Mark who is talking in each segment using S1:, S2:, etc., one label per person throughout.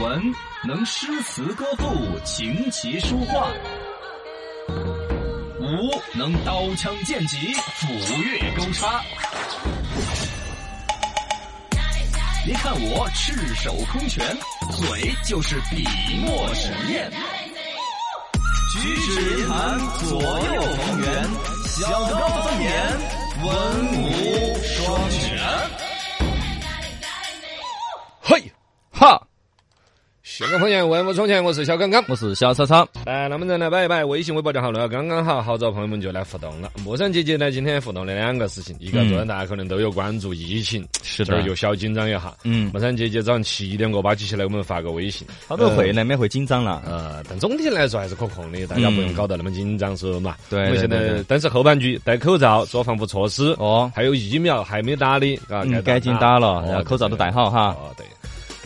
S1: 文能诗词歌赋、琴棋书画；武能刀枪剑戟、斧钺钩叉。您看我赤手空拳，嘴就是笔墨纸砚，举止言谈左右逢源，小高方言，文武双全。
S2: 嘿，哈！小刚方言，文武双全，我是小刚刚。
S3: 我是小超超，
S2: 来，那么再来摆一摆微信、微博账号，了，刚刚好，好找朋友们就来互动了。莫山姐姐呢，今天互动了两个事情，一个
S3: 嗯
S2: 昨天大家可能都有关注疫情，
S3: 是
S2: 这
S3: 的
S2: 儿，又小紧张一下。
S3: 嗯，
S2: 莫山姐姐早上七点过八起起来，我们发个微信。
S3: 他们会难免会紧张了。
S2: 呃，但总体来说还是可控的，大家不用
S3: 啊嗯
S2: 搞得那么紧张，是嘛？
S3: 对
S2: 我们现
S3: 对对
S2: 在
S3: 对，
S2: 但是后半句戴口罩、做防护措施，
S3: 哦，
S2: 还有疫苗还没打的，啊，
S3: 嗯，赶紧打了，然后口罩都
S2: 戴。
S3: 戴好哈。
S2: 哦，对。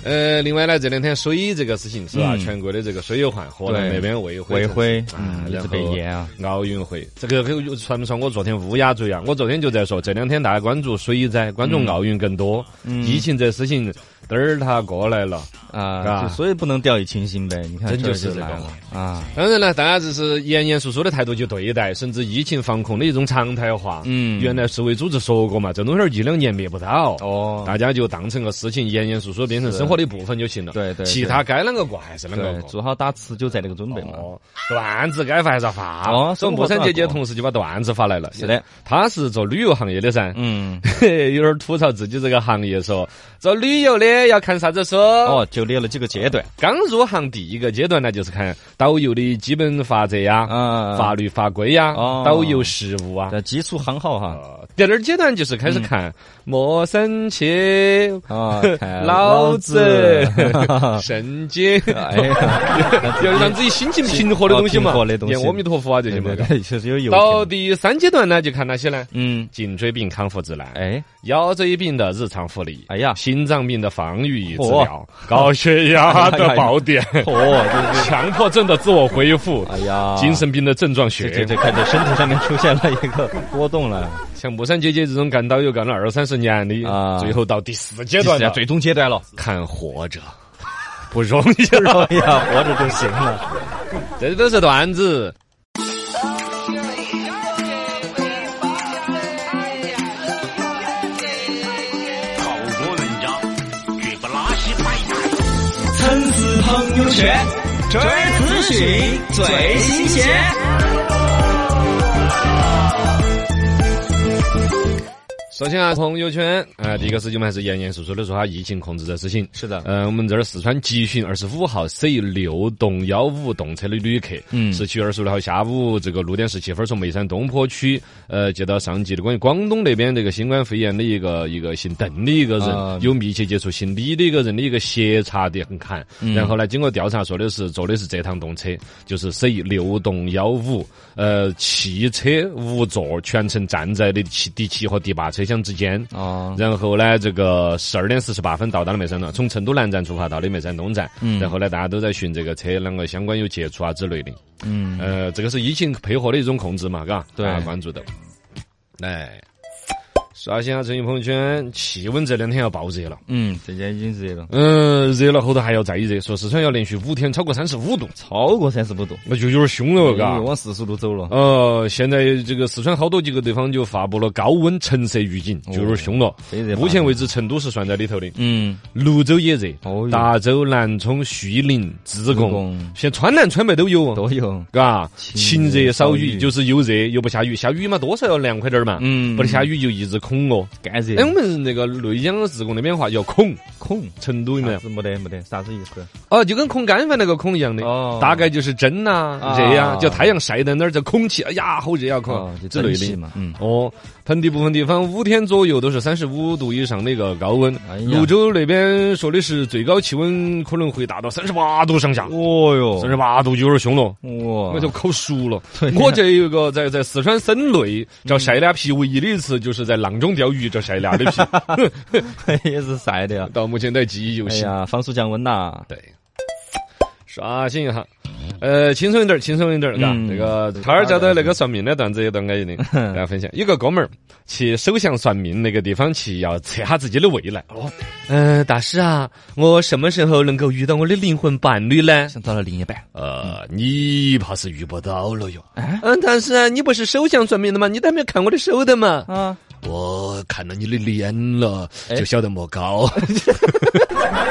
S2: 呃，另外呢，这两天水这个事情是吧？
S3: 嗯
S2: 全国的这个水友换，河南
S3: 对
S2: 那边卫
S3: 卫
S2: 辉
S3: 辉
S2: 城市，啊
S3: 嗯，，一
S2: 然
S3: 直
S2: 后
S3: 被淹啊。
S2: 奥运会，这个又传说我昨天乌鸦嘴啊，我昨天就在说，这两天大家关注水灾，关注奥运更多，
S3: 嗯
S2: 疫情这事情，嘚儿它过来了。
S3: 啊，
S2: 吧
S3: 就所以不能掉以轻心呗。你看，
S2: 真就
S3: 这
S2: 是
S3: 来
S2: 这个
S3: 了啊。
S2: 当然了，大家只是严严肃肃的态度去对待，甚至疫情防控的一种常态化。
S3: 嗯
S2: 原来世卫组织说过嘛，这东西儿一两年灭不到。
S3: 哦，
S2: 大家就当成个事情，严严肃肃地变成生活的一部分就行了。
S3: 对对对
S2: 其他该啷个过还是啷个
S3: 对，
S2: 过。
S3: 做好打持久战这个准备嘛。
S2: 哦，段子该发还是要发。
S3: 哦
S2: 所以莫山姐姐同时就把段子发来了。
S3: 是的，
S2: 她是做旅游行业的噻，
S3: 嗯，
S2: 有点吐槽自己这个行业，说做旅游的要看啥子书。哦，
S3: 哦，就列了几个阶段
S2: 刚入行第一个阶段呢，就是看导游的基本法则呀、
S3: 啊，
S2: 法律法规呀、
S3: 哦
S2: 导游实务啊。
S3: 在基础夯好哈
S2: 呃第二阶段就是
S3: 嗯
S2: 开始看莫生气，
S3: 啊， 看
S2: 老子
S3: 老子
S2: 圣经。
S3: 哎呀，
S2: 要让自己心情平和的东西嘛，
S3: 平和的东西
S2: 念阿弥陀佛啊这些
S3: 对
S2: 嘛
S3: 对。对，就是有油
S2: 到
S3: 钱。
S2: 第三阶段呢，就看哪些呢？
S3: 嗯，
S2: 颈椎病康复指南，
S3: 哎，
S2: 腰椎病的日常护理，
S3: 哎 呀，
S2: 心脏病的防御与治
S3: 嚯
S2: 疗，高血压的宝 典，
S3: 哦，
S2: 强迫症的自我恢复，
S3: 哎呀，
S2: 精神病的症状
S3: 这这
S2: 学
S3: 这。看这身体上面出现了一个波动了，
S2: 像木山姐姐这种干导游干了二三十年的，
S3: 啊
S2: 最后到第四阶段了，
S3: 最终阶段了，
S2: 看活着。不容易
S3: 哎
S2: 啊，
S3: 呀，活着就行了。
S2: 这都是段子。
S4: 好多文章，绝不拉稀摆烂。
S5: 粉丝朋友圈，追资讯最新鲜。
S2: 首先啊，朋友圈，啊，第一个事情我们还是严严肃肃的说下疫情控制的事情。
S3: 是的
S2: 呃，我们这儿四川集训二十五号 C 六栋幺五动车的旅客，嗯，
S3: 嗯
S2: 是七月二十六号下午这个六点十七分从眉山东坡区，呃，接到上级的关于广东那边这个新冠肺炎的一个一个姓邓的一个人、
S3: 啊
S2: 有密切接触姓李的一个人的一个协查的很砍，
S3: 嗯
S2: 然后呢，经过调查说的是坐的是这趟动车，就是 C 六栋幺五，呃，汽车无座，全程站在的七第七和第八车厢之间，
S3: 哦，
S2: 然后呢，这个十二点四十八分到达了眉山了，从成都南站出发到的眉山东站。然后呢，大家都在寻这个车啷个相关有接触啊之类的。
S3: 嗯，
S2: 呃，这个是疫情配合的一种控制嘛，嘎，
S3: 对
S2: 大家关注到。哎啊来，刷新下最近朋友圈，气温这两天要爆热了。
S3: 嗯，这家已经热了，
S2: 嗯，热了后头还要再热，说四川要连续五天超过三十五度，
S3: 超过三十五度，
S2: 那就有点凶了，哦嘎
S3: 又。往四十度走了。
S2: 呃，现在这个四川好多几个地方就发布了高温橙色预警，就有点凶了。
S3: 非哦热巴
S2: 目前为止，成都是算在里头的。
S3: 嗯，
S2: 泸州也热
S3: 哦，哟
S2: 达州、南充、遂宁、自
S3: 自
S2: 贡
S3: 贡，
S2: 现在川南、川北都有哦，
S3: 都有。
S2: 嘎，
S3: 晴
S2: 晴
S3: 热
S2: 热少
S3: 少
S2: 雨，
S3: 雨
S2: 就是又热又不下雨，下雨嘛多少要凉快点儿嘛，
S3: 嗯
S2: 不得下雨就一直恐哦。
S3: 干热
S2: 哎，我们那个内江自贡那边话叫恐，
S3: 恐，
S2: 成都有没
S3: 啥
S2: 有？
S3: 子没得没得，啥子意思？
S2: 哦，就跟恐干饭那个恐一样的
S3: 哦，
S2: 大概就是蒸呐、
S3: 啊
S2: 热呀，叫太阳晒在那儿，叫空气，哎呀，好热啊，恐
S3: 哦，就
S2: 之类
S3: 蒸
S2: 的
S3: 汽。嘛，嗯，
S2: 哦，盆地部分地方五天左右都是三十五度以上的一个高温。
S3: 哎呀
S2: 泸州那边说的是最高气温可能会达到三十八度上下，
S3: 哦哟
S2: 三十八度就有点凶了。
S3: 哇，
S2: 我就口熟了
S3: 对，呀
S2: 我这有一个在在四川省内叫晒俩皮，唯一的一次就是在阆中钓鱼，叫晒俩的皮，
S3: 也是晒的呀。
S2: 到目前都还记忆犹
S3: 哎
S2: 新。
S3: 呀，防暑降温呐，
S2: 对，刷新一下。呃，轻松一点，轻松一点，嘎、
S3: 嗯
S2: 那个涛儿教的那个算命的段子也到安逸的， 大家分享。有个哥们儿去首相算命那个地方去，要测下自己的未来。哦，嗯、大师啊，我什么时候能够遇到我的灵魂伴侣呢？
S3: 想到了另一半，
S2: 呃，你怕是遇不到了哟。嗯，但是啊，你不是首相算命的吗？你都没有看我的手的嘛？
S3: 啊，
S2: 我看了你的脸了，就晓得莫搞。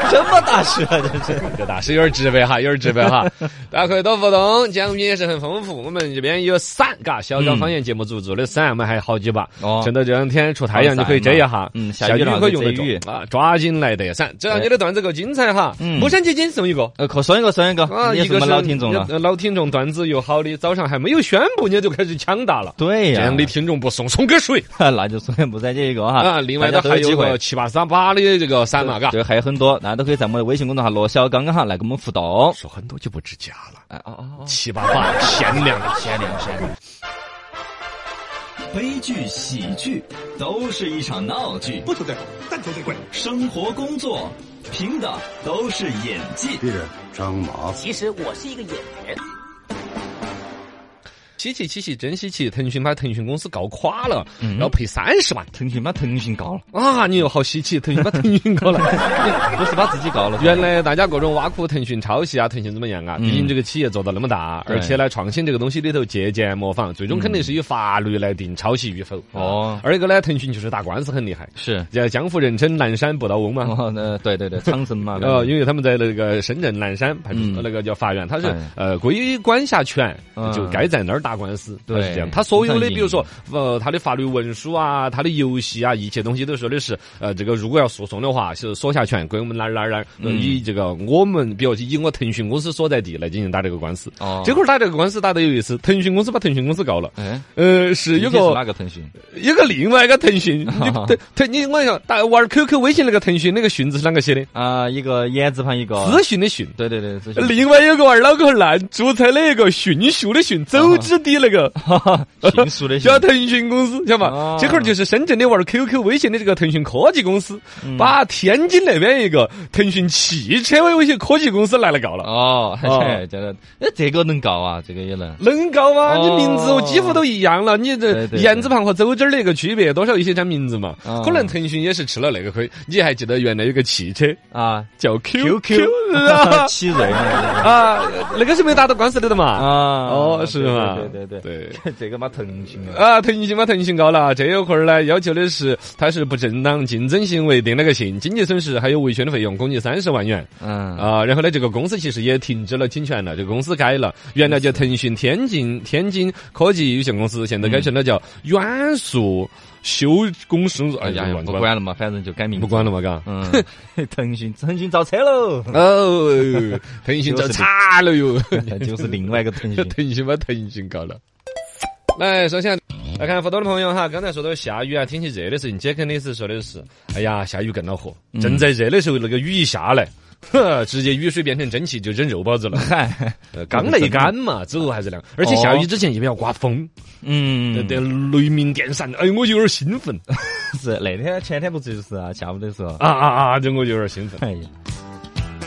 S3: 什么大师啊，这是
S2: 这大师有点直白哈，有点直白哈。 大家可以多互动，奖品也是很丰富。我们这边有伞，嘎，小刚方言节目组做的伞，我们还好几把。
S3: 哦
S2: 趁到这两天出太阳就可以遮一下，
S3: 嗯
S2: 下
S3: 下
S2: 雨
S3: 雨
S2: 了
S3: 了
S2: 可以用得
S3: 遮雨
S2: 着哎啊，抓紧来得伞。只要你的段子够精彩哈，
S3: 嗯
S2: 莫山基金送一个。
S3: 呃，可算一个算一个，
S2: 啊，
S3: 你也
S2: 一
S3: 是
S2: 个
S3: 我
S2: 是
S3: 们老听众了，
S2: 呃老听众段子又好的，早上还没有宣布你就开始抢答了。
S3: 对
S2: 这
S3: 呀
S2: 样，的听众不送送给谁
S3: 那就算不再这一个哈
S2: 啊？另外呢，
S3: 大家都
S2: 还
S3: 有
S2: 有
S3: 机会
S2: 个。七八三八的这个伞嘛，嘎，
S3: 对，还有很多，大家都可以在我们的微信公众号“罗小刚刚”哈来跟我们互动。
S2: 说很多就不值价了，
S3: 哎哦哦哦，
S2: 七八八 限量的，限量限量。
S1: 悲剧、喜剧都是一场闹剧，不求最好，但求最贵。生活、工作，凭的都是演技。
S6: 别人张麻子。
S7: 其实我是一个演员。
S2: 稀奇稀奇，真稀奇！腾讯把腾讯公司搞垮了，
S3: 嗯
S2: 要赔三十万
S3: 腾讯把腾讯告了，
S2: 啊！你又好稀奇，腾讯把腾讯搞了。
S3: 不是把自己告了。
S2: 原来大家各种挖苦腾讯抄袭啊，腾讯怎么样啊？毕竟这个企业做到那么大，
S3: 嗯对嗯
S2: 而且呢，创新这个东西里头借鉴模仿，最终肯定是以法律来定抄袭与否。啊
S3: 哦
S2: 而一个呢，腾讯就是打官司很厉害，
S3: 是，
S2: 叫江湖人称南山不倒翁嘛。
S3: 哦，那对对对，苍生 嘛，
S2: 呃，因为他们在那个深圳南山派出所
S3: 嗯
S2: 那个叫法院，他是
S3: 哎
S2: 呃归管辖权
S3: 嗯，
S2: 就该在那儿打官司，他
S3: 对
S2: 是这样。他所有的，
S3: 非常
S2: 比如说呃，他的法律文书啊，他的游戏啊，一切东西都说的是呃，这个如果要诉讼的话，是所辖权归我们哪儿哪儿哪儿，呃
S3: 嗯
S2: 以这个我们，比如以我腾讯公司所在地来进行打这个官司。
S3: 哦
S2: 这会儿打这个官司打得有意思，腾讯公司把腾讯公司告了，
S3: 哎，
S2: 呃，是有
S3: 具体是
S2: 个
S3: 哪个腾讯？
S2: 有个另外一个腾讯， 你腾腾你我想打玩 QQ 微信那个腾讯那个讯字是啷个写的？
S3: 啊，一个言字旁一个，
S2: 资讯的讯。
S3: 对对对，咨询
S2: 另外有个玩脑壳烂，注册的一个迅速的迅，走之的那 个，
S3: 迅速啊呃 的
S2: 叫腾讯公司，晓得嘛
S3: 哦？
S2: 这会儿就是深圳的玩 QQ、微信的这个腾讯科技公司，
S3: 嗯
S2: 把天津那边一个腾讯汽车微信科技公司来了告了。
S3: 哦，
S2: 哦
S3: 这真的，哎，这个能告啊，这个也能。
S2: 能告吗？
S3: 哦
S2: 你名字我几乎都一样了，你这
S3: 对对对
S2: 言字旁和走之儿的一个区别，多少有些沾名字嘛。
S3: 哦
S2: 可能腾讯也是吃了那个亏。你还记得原来有个汽车
S3: 啊
S2: 叫 QQ
S3: ，QQ 奇瑞嘛
S2: 啊？那个是没打到官司里的嘛？
S3: 啊，
S2: 哦，是
S3: 对
S2: 吗？
S3: 对对对
S2: 对。
S3: 对，这个嘛腾讯啊，
S2: 啊，腾讯嘛，腾讯高了，这一块儿呢，要求的是他是不正当竞争行为定了个性，经济损失还有维权的费用，共计三十万元
S3: 嗯
S2: 啊。然后呢，这个公司其实也停止了侵权了，这个公司改了，原来叫腾讯天津天津科技有限公司，现在改成了叫远速修公司。哎
S3: 哎呀
S2: 呀，，
S3: 不
S2: 管
S3: 管了嘛，反正就改名，
S2: 不管了。嘛，嘎。
S3: 嗯， 腾讯腾讯造车喽，
S2: 哦，腾 讯遭惨了哟。
S3: 就是另外一个腾讯。
S2: 腾讯把腾讯搞了。嗯来，首先来看互动的朋友哈，刚才说到下雨啊，天气热的事情，杰肯的是说的是，哎呀，下雨更恼火，
S3: 嗯
S2: 正在热的时候，那个雨一下来。 呵，直接雨水变成蒸汽就蒸肉包 子了，
S3: 嗨，
S2: 呃刚那一干嘛，走还是凉。而且下雨之前一定要刮风，得
S3: 嗯，
S2: 得雷鸣电闪，哎，我有点兴奋
S3: 是那天前天不就是啊，下午的时候，
S2: 啊啊啊！这我就有点兴奋。
S3: 哎呀，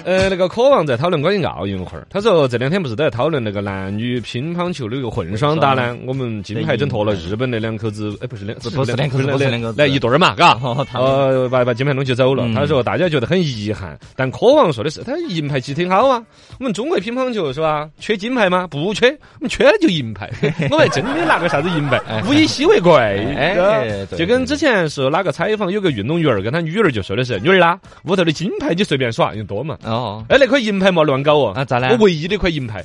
S2: 呃，那个渴望在讨论关于奥运会儿，他说这两天不是都在讨论那个男女乒乓球的一个混双打呢？我们金牌挣脱了日本那两口子，哎，不是两，
S3: 不是两口子不是两口子
S2: 来一对儿嘛，嘎
S3: 哦，他们
S2: 呃，把把金牌弄起走了。
S3: 嗯
S2: 他说大家觉得很遗憾，但渴望说的是，他银牌其实挺好啊。我们中国乒乓球是吧？缺金牌吗？不缺，我们缺就银牌。我还真没拿个啥子银牌，物以稀为贵。
S3: 哎
S2: 啊
S3: 对
S2: 就跟之前是哪个采访有个运动员儿，跟他女儿就说的是，女儿啦，屋头的金牌你随便耍，因为多嘛。
S3: 哦，
S2: 哎，那块银牌莫乱搞哦！
S3: 啊咋啦
S2: 我唯一的一块银 牌，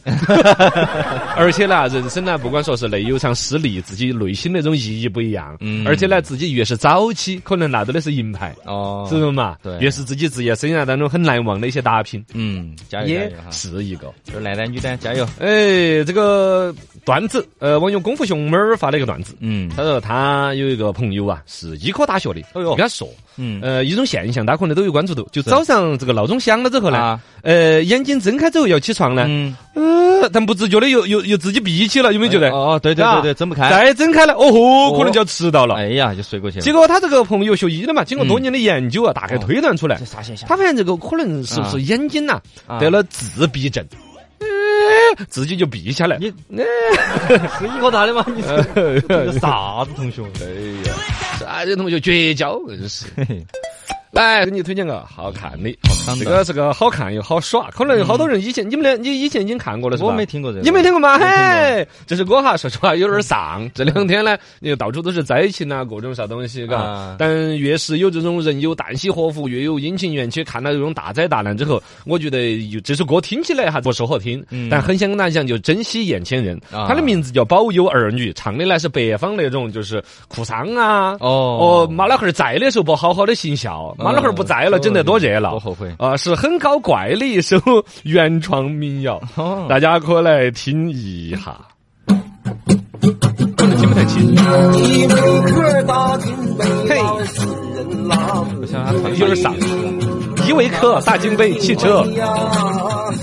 S2: 而且呢，人生呢，不管说是内有场失利，自己内心那种意义不一样。
S3: 嗯
S2: 而且呢，自己越是早期，可能拿到的是银牌，
S3: 哦，
S2: 知道嘛？
S3: 对
S2: 越是自己职业生涯当中很难忘的一些打拼，
S3: 嗯，加油加
S2: 也
S3: 油哈，
S2: 是一个。
S3: 就是男的女的加油，
S2: 哎，这个段子，呃，网友功夫熊猫儿发了一个段子，
S3: 嗯
S2: 他说他有一个朋友啊，是医科大学的，
S3: 哎呦
S2: 跟他说，
S3: 嗯，
S2: 呃，一种现象，大家可能都有关注到，就早上这个闹钟响了之后呢
S3: 啊，
S2: 呃，眼睛睁开之后要起床呢，
S3: 嗯，
S2: 呃，但不自觉的又又又自己闭起了，有没有觉得？
S3: 哦，对对对对，睁不开，
S2: 再睁开了，哦吼，
S3: 哦
S2: 可能就要迟到了。
S3: 哎呀，就睡过去
S2: 结
S3: 了，
S2: 果他这个朋友学医的嘛，经过多年的研究啊，大概推断出来，
S3: 啥现象？
S2: 他发现这个可能是不
S3: 嗯啊
S2: 是眼睛呐
S3: 啊
S2: 得了自闭症。呃自己就避下来。呃
S3: 你那是一个大的吗？你是这个啥子同学？
S2: 哎呀，啥人同学绝交，真是。来，给你推荐个好看的，好
S3: 看的
S2: 这个是个好看又好耍，可能有好多人以前你们俩，你以前已经看过了是吧？
S3: 我没听过这个
S2: 你没听过吗？嘿，嗯这是我哈，说实话有点丧。这两天呢，你到处都是灾情啊，各种啥东西，嘎
S3: 啊。
S2: 但越是有这种人有旦夕祸福，越有阴晴圆缺，看到这种大灾大难之后，我觉得有这首歌听起来还不是好听，
S3: 嗯
S2: 但很想跟大家讲，就珍惜眼前人。
S3: 啊
S2: 他的名字叫《保佑儿女》，唱的呢是北方那种就是哭丧啊，
S3: 哦
S2: 哦，妈老汉儿在的时候不好好的行孝，妈老汉儿不在了，
S3: 嗯
S2: 整得多热闹
S3: 多。后悔。
S2: 啊，是很搞怪的一首原创民谣，
S3: 哦
S2: 大家可来听一下。可能听不太清，
S6: 一位客打听北方死人拉
S3: 我
S6: 姆
S3: 想他团
S2: 有点傻。依维柯、大金杯、汽车，
S6: 呀，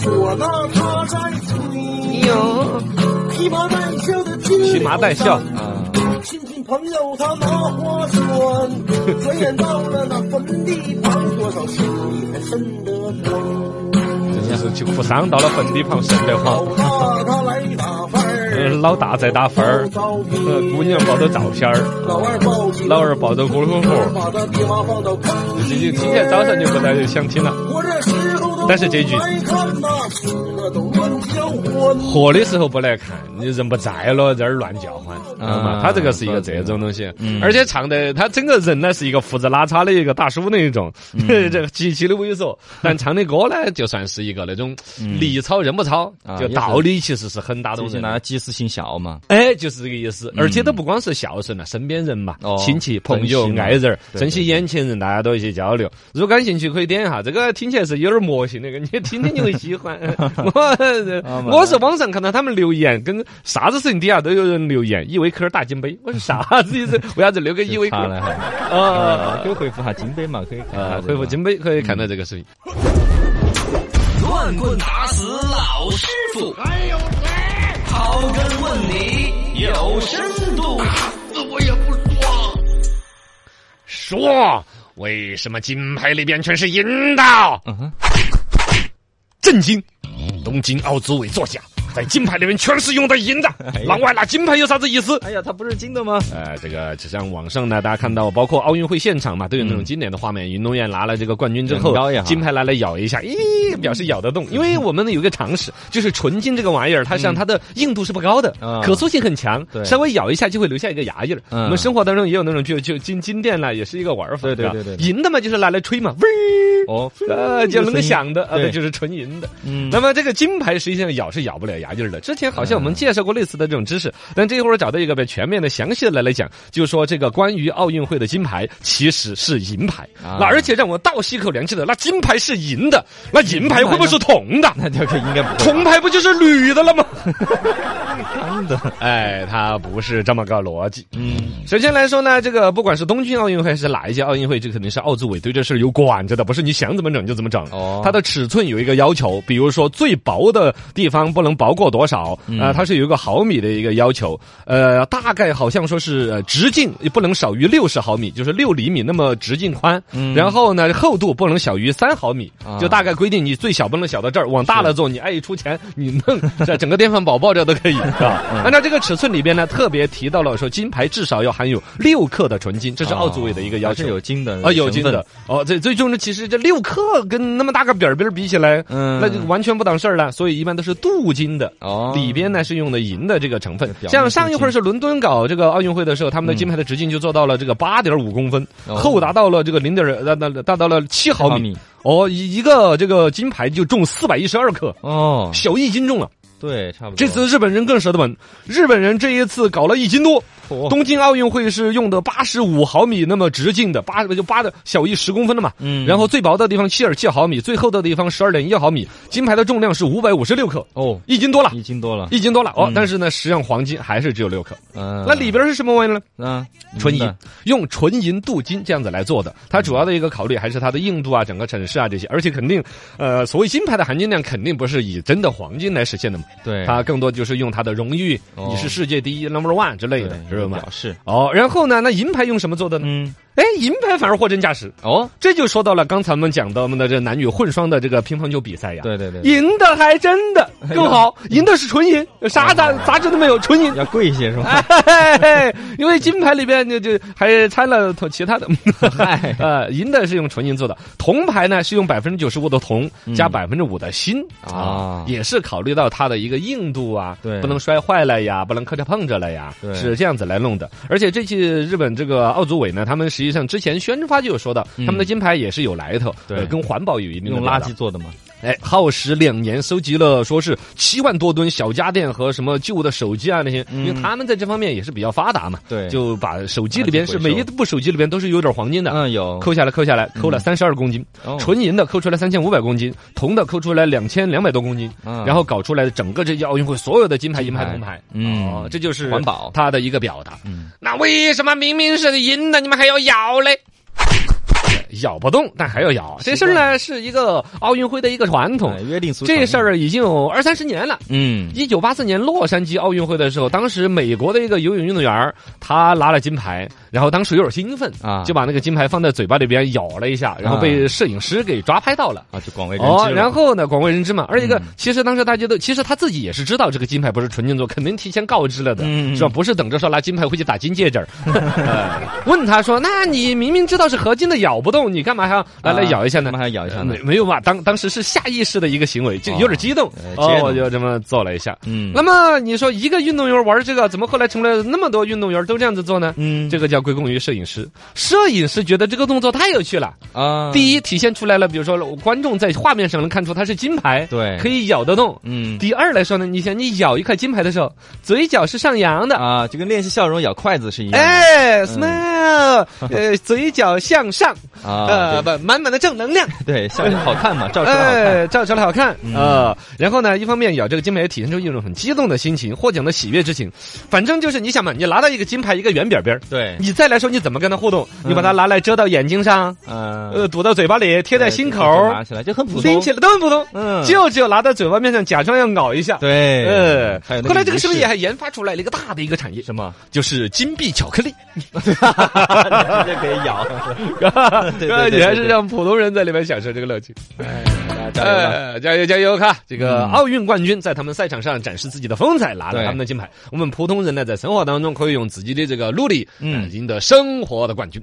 S6: 说到他在吹哟，披麻戴孝的金
S2: 披麻戴孝，
S3: 啊，
S6: 亲戚朋友他拿花栓，转眼到了那坟地旁，多少心里还生得慌。
S2: 这就是去哭丧到了坟地旁，瘆得慌。
S6: 老大他
S2: 呃老大在
S6: 来打翻儿，
S2: 打分儿，呃，姑娘抱着照片儿，
S6: 老二抱起
S2: 老二抱着咕噜噜，
S6: 把他爹妈放到炕里
S2: 这就听见早上就不太想听了。
S6: 我这石头都
S2: 但是这句
S6: 白看呐，死了都乱叫唤。
S2: 活的时候不来看，你人不在了，在这儿乱叫唤，
S3: 啊
S2: 知道吗？他这个是一个这种东西，
S3: 嗯
S2: 而且唱的他整个人呢是一个胡子拉碴的一个大叔那一种，
S3: 嗯
S2: 这极其的猥琐。但唱的歌呢，就算是一个那种理糙人不糙
S3: 嗯啊，
S2: 就
S3: 也是
S2: 道理其实是很打动人
S3: 最近
S2: 的
S3: 大。家及时行孝嘛，
S2: 哎，就是这个意思，而且都不光是孝顺了，身边人嘛
S3: 哦，
S2: 亲戚、朋友
S3: 珍、惜嘛
S2: 爱人儿，
S3: 对
S2: 珍惜眼前人，大家多一些交流。如果感兴趣，可以点一下，这个听起来是有点魔性那个，你听听就会喜 欢。我呃 我是网上看到他们留言，跟啥子事情底下都有人留言，一维科大金杯，我说啥子意思？ 为啥子留给一维科
S3: 查？了还
S2: 啊，
S3: 可以回复下金杯嘛，可以看看
S2: 呃，
S3: 这
S2: 回复
S3: 个
S2: 金杯可以看到这个视频。
S1: 乱棍打死老师傅，还有谁？刨根问底有深度，打死我也不说。
S2: 说为什么金牌里边全是银的？
S3: 嗯哼
S2: 震惊！东京奥组委作假，在金牌里面全是用的银的，
S3: 哎
S2: 狼外拿金牌有啥子意思？
S3: 哎呀，他不是金的吗？
S2: 呃，这个就像网上呢，大家看到，包括奥运会现场嘛，都有那种
S3: 嗯
S2: 经典的画面，运动员拿了这个冠军之后
S3: 很高呀，嗯
S2: 金牌拿来咬一下，咦，表示咬得动。因为我们呢有一个常识，就是纯金这个玩意儿，它实际上它的硬度是不高的
S3: 啊，
S2: 可塑性很强，
S3: 对
S2: 稍微咬一下就会留下一个牙印儿。
S3: 嗯
S2: 我们生活当中也有那种就就金金店啦，也是一个玩法。
S3: 对对
S2: 是吧
S3: 对对对
S2: 银的嘛就是拿来吹嘛，嗡，
S3: 哦，
S2: 呃，就能够响的，啊，
S3: 对
S2: 对，就是纯银的。
S3: 嗯
S2: 那么这个金牌实际上咬是咬不了牙印儿的。之前好像我们介绍过类似的这种知识，但这一会儿找到一个比较全面的、详细的来来讲，就说这个关于奥运会的金牌其实是银牌，
S3: 啊
S2: 那而且让我倒吸一口凉气的，那金牌是银的，那银牌会不会是铜的？
S3: 那这个应该不会
S2: 铜牌不就是铝的了吗？
S3: 金的。
S2: 哎，它不是这么个逻辑。
S3: 嗯，
S2: 首先来说呢，这个不管是东京奥运会还是哪一届奥运会，这肯定是奥组委对这事儿有管着的，不是你想怎么整就怎么整。
S3: 哦
S2: 它的尺寸有一个要求，比如说最薄的地方不能薄过多少，
S3: 嗯
S2: 呃，它是有一个毫米的一个要求，呃，大概好像说是呃直径也不能少于六十毫米，就是六厘米那么直径宽，然后呢厚度不能小于三毫米，
S3: 嗯啊
S2: 就大概规定你最小不能小到这儿，往大了做你爱出钱你弄，这整个电饭煲爆掉都 可以，是
S3: 啊
S2: 吧？
S3: 嗯
S2: 按照这个尺寸里边呢，特别提到了说金牌至少要含有六克的纯金，这是奥组委的一个要
S3: 还
S2: 求。
S3: 是啊有金的
S2: 啊，有金
S3: 成
S2: 的
S3: 分
S2: 哦，这最重要的其实这六克跟那么大个扁儿扁儿比起来，
S3: 嗯
S2: 那就完全不当事儿了，所以一般都是镀金的。
S3: 哦，
S2: 里边呢是用的银的这个成分
S3: 表，面
S2: 像上一会儿是伦敦搞这个奥运会的时候，他们的金牌的直径就做到了这个八点五公分，
S3: 嗯哦
S2: 厚达到了这个零点呃那那达到了七毫
S3: 毫
S2: 米
S3: 米。
S2: 哦，一一个这个金牌就重四百一十二克，
S3: 哦，
S2: 小一斤重了。
S3: 对，差不多。
S2: 这次日本人更舍得本，日本人这一次搞了一斤多。
S3: 哦
S2: 东京奥运会是用的八十五毫米那么直径的，八就八的小于十公分的嘛。
S3: 嗯
S2: 然后最薄的地方七点七毫米，最厚的地方十二点一毫米。金牌的重量是五百五十六克，
S3: 哦，
S2: 一斤多了，
S3: 一斤多了。
S2: 一斤多了哦。
S3: 嗯
S2: 但是呢，实际上黄金还是只有六克。
S3: 嗯，
S2: 那里边是什么玩意儿呢？
S3: 嗯，
S2: 纯银
S3: 的，
S2: 用纯银镀金这样子来做的。它主要的一个考虑还是它的硬度啊、整个城市啊这些，而且肯定，呃，所谓金牌的含金量肯定不是以真的黄金来实现的嘛。
S3: 对，
S2: 它更多就是用它的荣誉，
S3: 哦
S2: 你是世界第一 number one 之类的，知道吗
S3: 表？示
S2: 哦，然后呢，那银牌用什么做的呢？
S3: 嗯
S2: 哎，银牌反而货真价实。
S3: 哦，
S2: 这就说到了刚才我们讲到我们的这男女混双的这个乒乓球比赛呀，
S3: 对对哎对
S2: 赢的还真的更好，赢的是纯银，啥
S3: 哎
S2: 杂杂质都没有，纯银。
S3: 要贵一些是吧？
S2: 哎，因为金牌里边就就还掺了其他的，
S3: 嗨
S2: 呃，银的是用纯银做的，铜牌呢是用百分之九十五的铜加百分之五的锌
S3: 嗯啊
S2: 也是考虑到它的一个硬度啊，
S3: 对
S2: 不能摔坏了呀，不能磕着碰着了呀，
S3: 对
S2: 是这样子来弄的。而且这次日本这个奥组委呢，他们实际上之前宣发就有说到，他们的金牌也是有来头，
S3: 嗯对
S2: 呃跟环保有一定的
S3: 用
S2: 表
S3: 垃
S2: 达
S3: 圾做的嘛，
S2: 哎，耗时两年收集了说是七万多吨小家电和什么旧的手机啊那些，因为他们在这方面也是比较发达嘛，
S3: 嗯对
S2: 就把手机里边是
S3: 垃圾回
S2: 每
S3: 收
S2: 一部手机里边都是有点黄金的。
S3: 嗯，有
S2: 抠下来，抠下来，抠了三十二公斤，
S3: 哦
S2: 纯银的抠出来三千五百公斤，铜的抠出来两千两百多公斤，
S3: 嗯
S2: 然后搞出来的整个这届奥运会所有的金牌、银牌、
S3: 牌
S2: 铜牌，
S3: 嗯
S2: 哦，这就是
S3: 环保
S2: 它的一个表达。
S3: 嗯
S2: 那为什么明明是银的，你们还要咬嘞？咬不动，但还要咬。啊这事儿呢，是一个奥运会的一个传统
S3: 哎。约定俗成
S2: 这事，儿已经有二三十年了。
S3: 嗯，
S2: 一九八四年洛杉矶奥运会的时候，当时美国的一个游泳运动员儿他拿了金牌，然后当时有点兴奋
S3: 啊
S2: 就把那个金牌放在嘴巴里边咬了一下，然后被摄影师给抓拍到了。
S3: 啊，就广为人知
S2: 哦，
S3: 了。
S2: 然后呢，广为人知嘛。而一个，
S3: 嗯
S2: 其实当时大家都，其实他自己也是知道这个金牌不是纯金做，肯定提前告知了的，
S3: 嗯嗯
S2: 是吧？不是等着说拿金牌回去打金戒指儿。呃问他说：“那你明明知道是合金的，咬不动，你干嘛还要来来
S3: 啊
S2: 咬一下呢
S3: 干嘛还咬一？”下
S2: 呃
S3: 呢
S2: 没？没有嘛，当当时是下意识的一个行为，就有点激动，
S3: 哦
S2: 哦
S3: 呃，
S2: 我
S3: 激
S2: 就
S3: 动
S2: 这么做了一下。
S3: 嗯
S2: 那么你说一个运动员玩这个，怎么后来成了那么多运动员都这样子做呢？
S3: 嗯
S2: 这个叫归功于摄影师，摄影师觉得这个动作太有趣了，
S3: 啊，
S2: 第一体现出来了，比如说观众在画面上能看出它是金牌，
S3: 对
S2: 可以咬得动。
S3: 嗯
S2: 第二来说呢，你想你咬一块金牌的时候，嘴角是上扬的，
S3: 啊，就跟练习笑容咬筷子是一样的。
S2: 哎，smile，呃，嘴角向上，
S3: 啊，
S2: 呃，不，满满的正能量，
S3: 对，笑容好看嘛，照出来好看。
S2: 哎，照出来好看，呃，然后呢，一方面咬这个金牌也体现出一种很激动的心情，获奖的喜悦之情，反正就是你想嘛，你拿到一个金牌，一个圆扁边儿
S3: 对，
S2: 你再来说你怎么跟他互动，你把它拿来遮到眼睛上，
S3: 嗯，
S2: 呃，堵到嘴巴里，贴在心口儿，
S3: 拿起来就很普通，
S2: 拎起来都很普通，
S3: 嗯
S2: 就只有拿到嘴巴面上假装要咬一下。，
S3: 对，
S2: 呃，
S3: 还有那
S2: 后来这个是不是也
S3: 仪式
S2: 还研发出来了一个大的一个产业？
S3: 什么？
S2: 就是金币巧 克力，
S3: 直接可以 咬， 对对对
S2: 你还是让普通人在里面享受这个乐趣。
S3: 加油吧！
S2: 呃加油嗯加油哈！这个奥运冠军在他们赛场上展示自己的风采，拿了
S3: 对
S2: 他们的金牌。我们普通人呢，在生活当中可以用自己的这个努力，
S3: 嗯
S2: 嗯，赢得生活的冠军。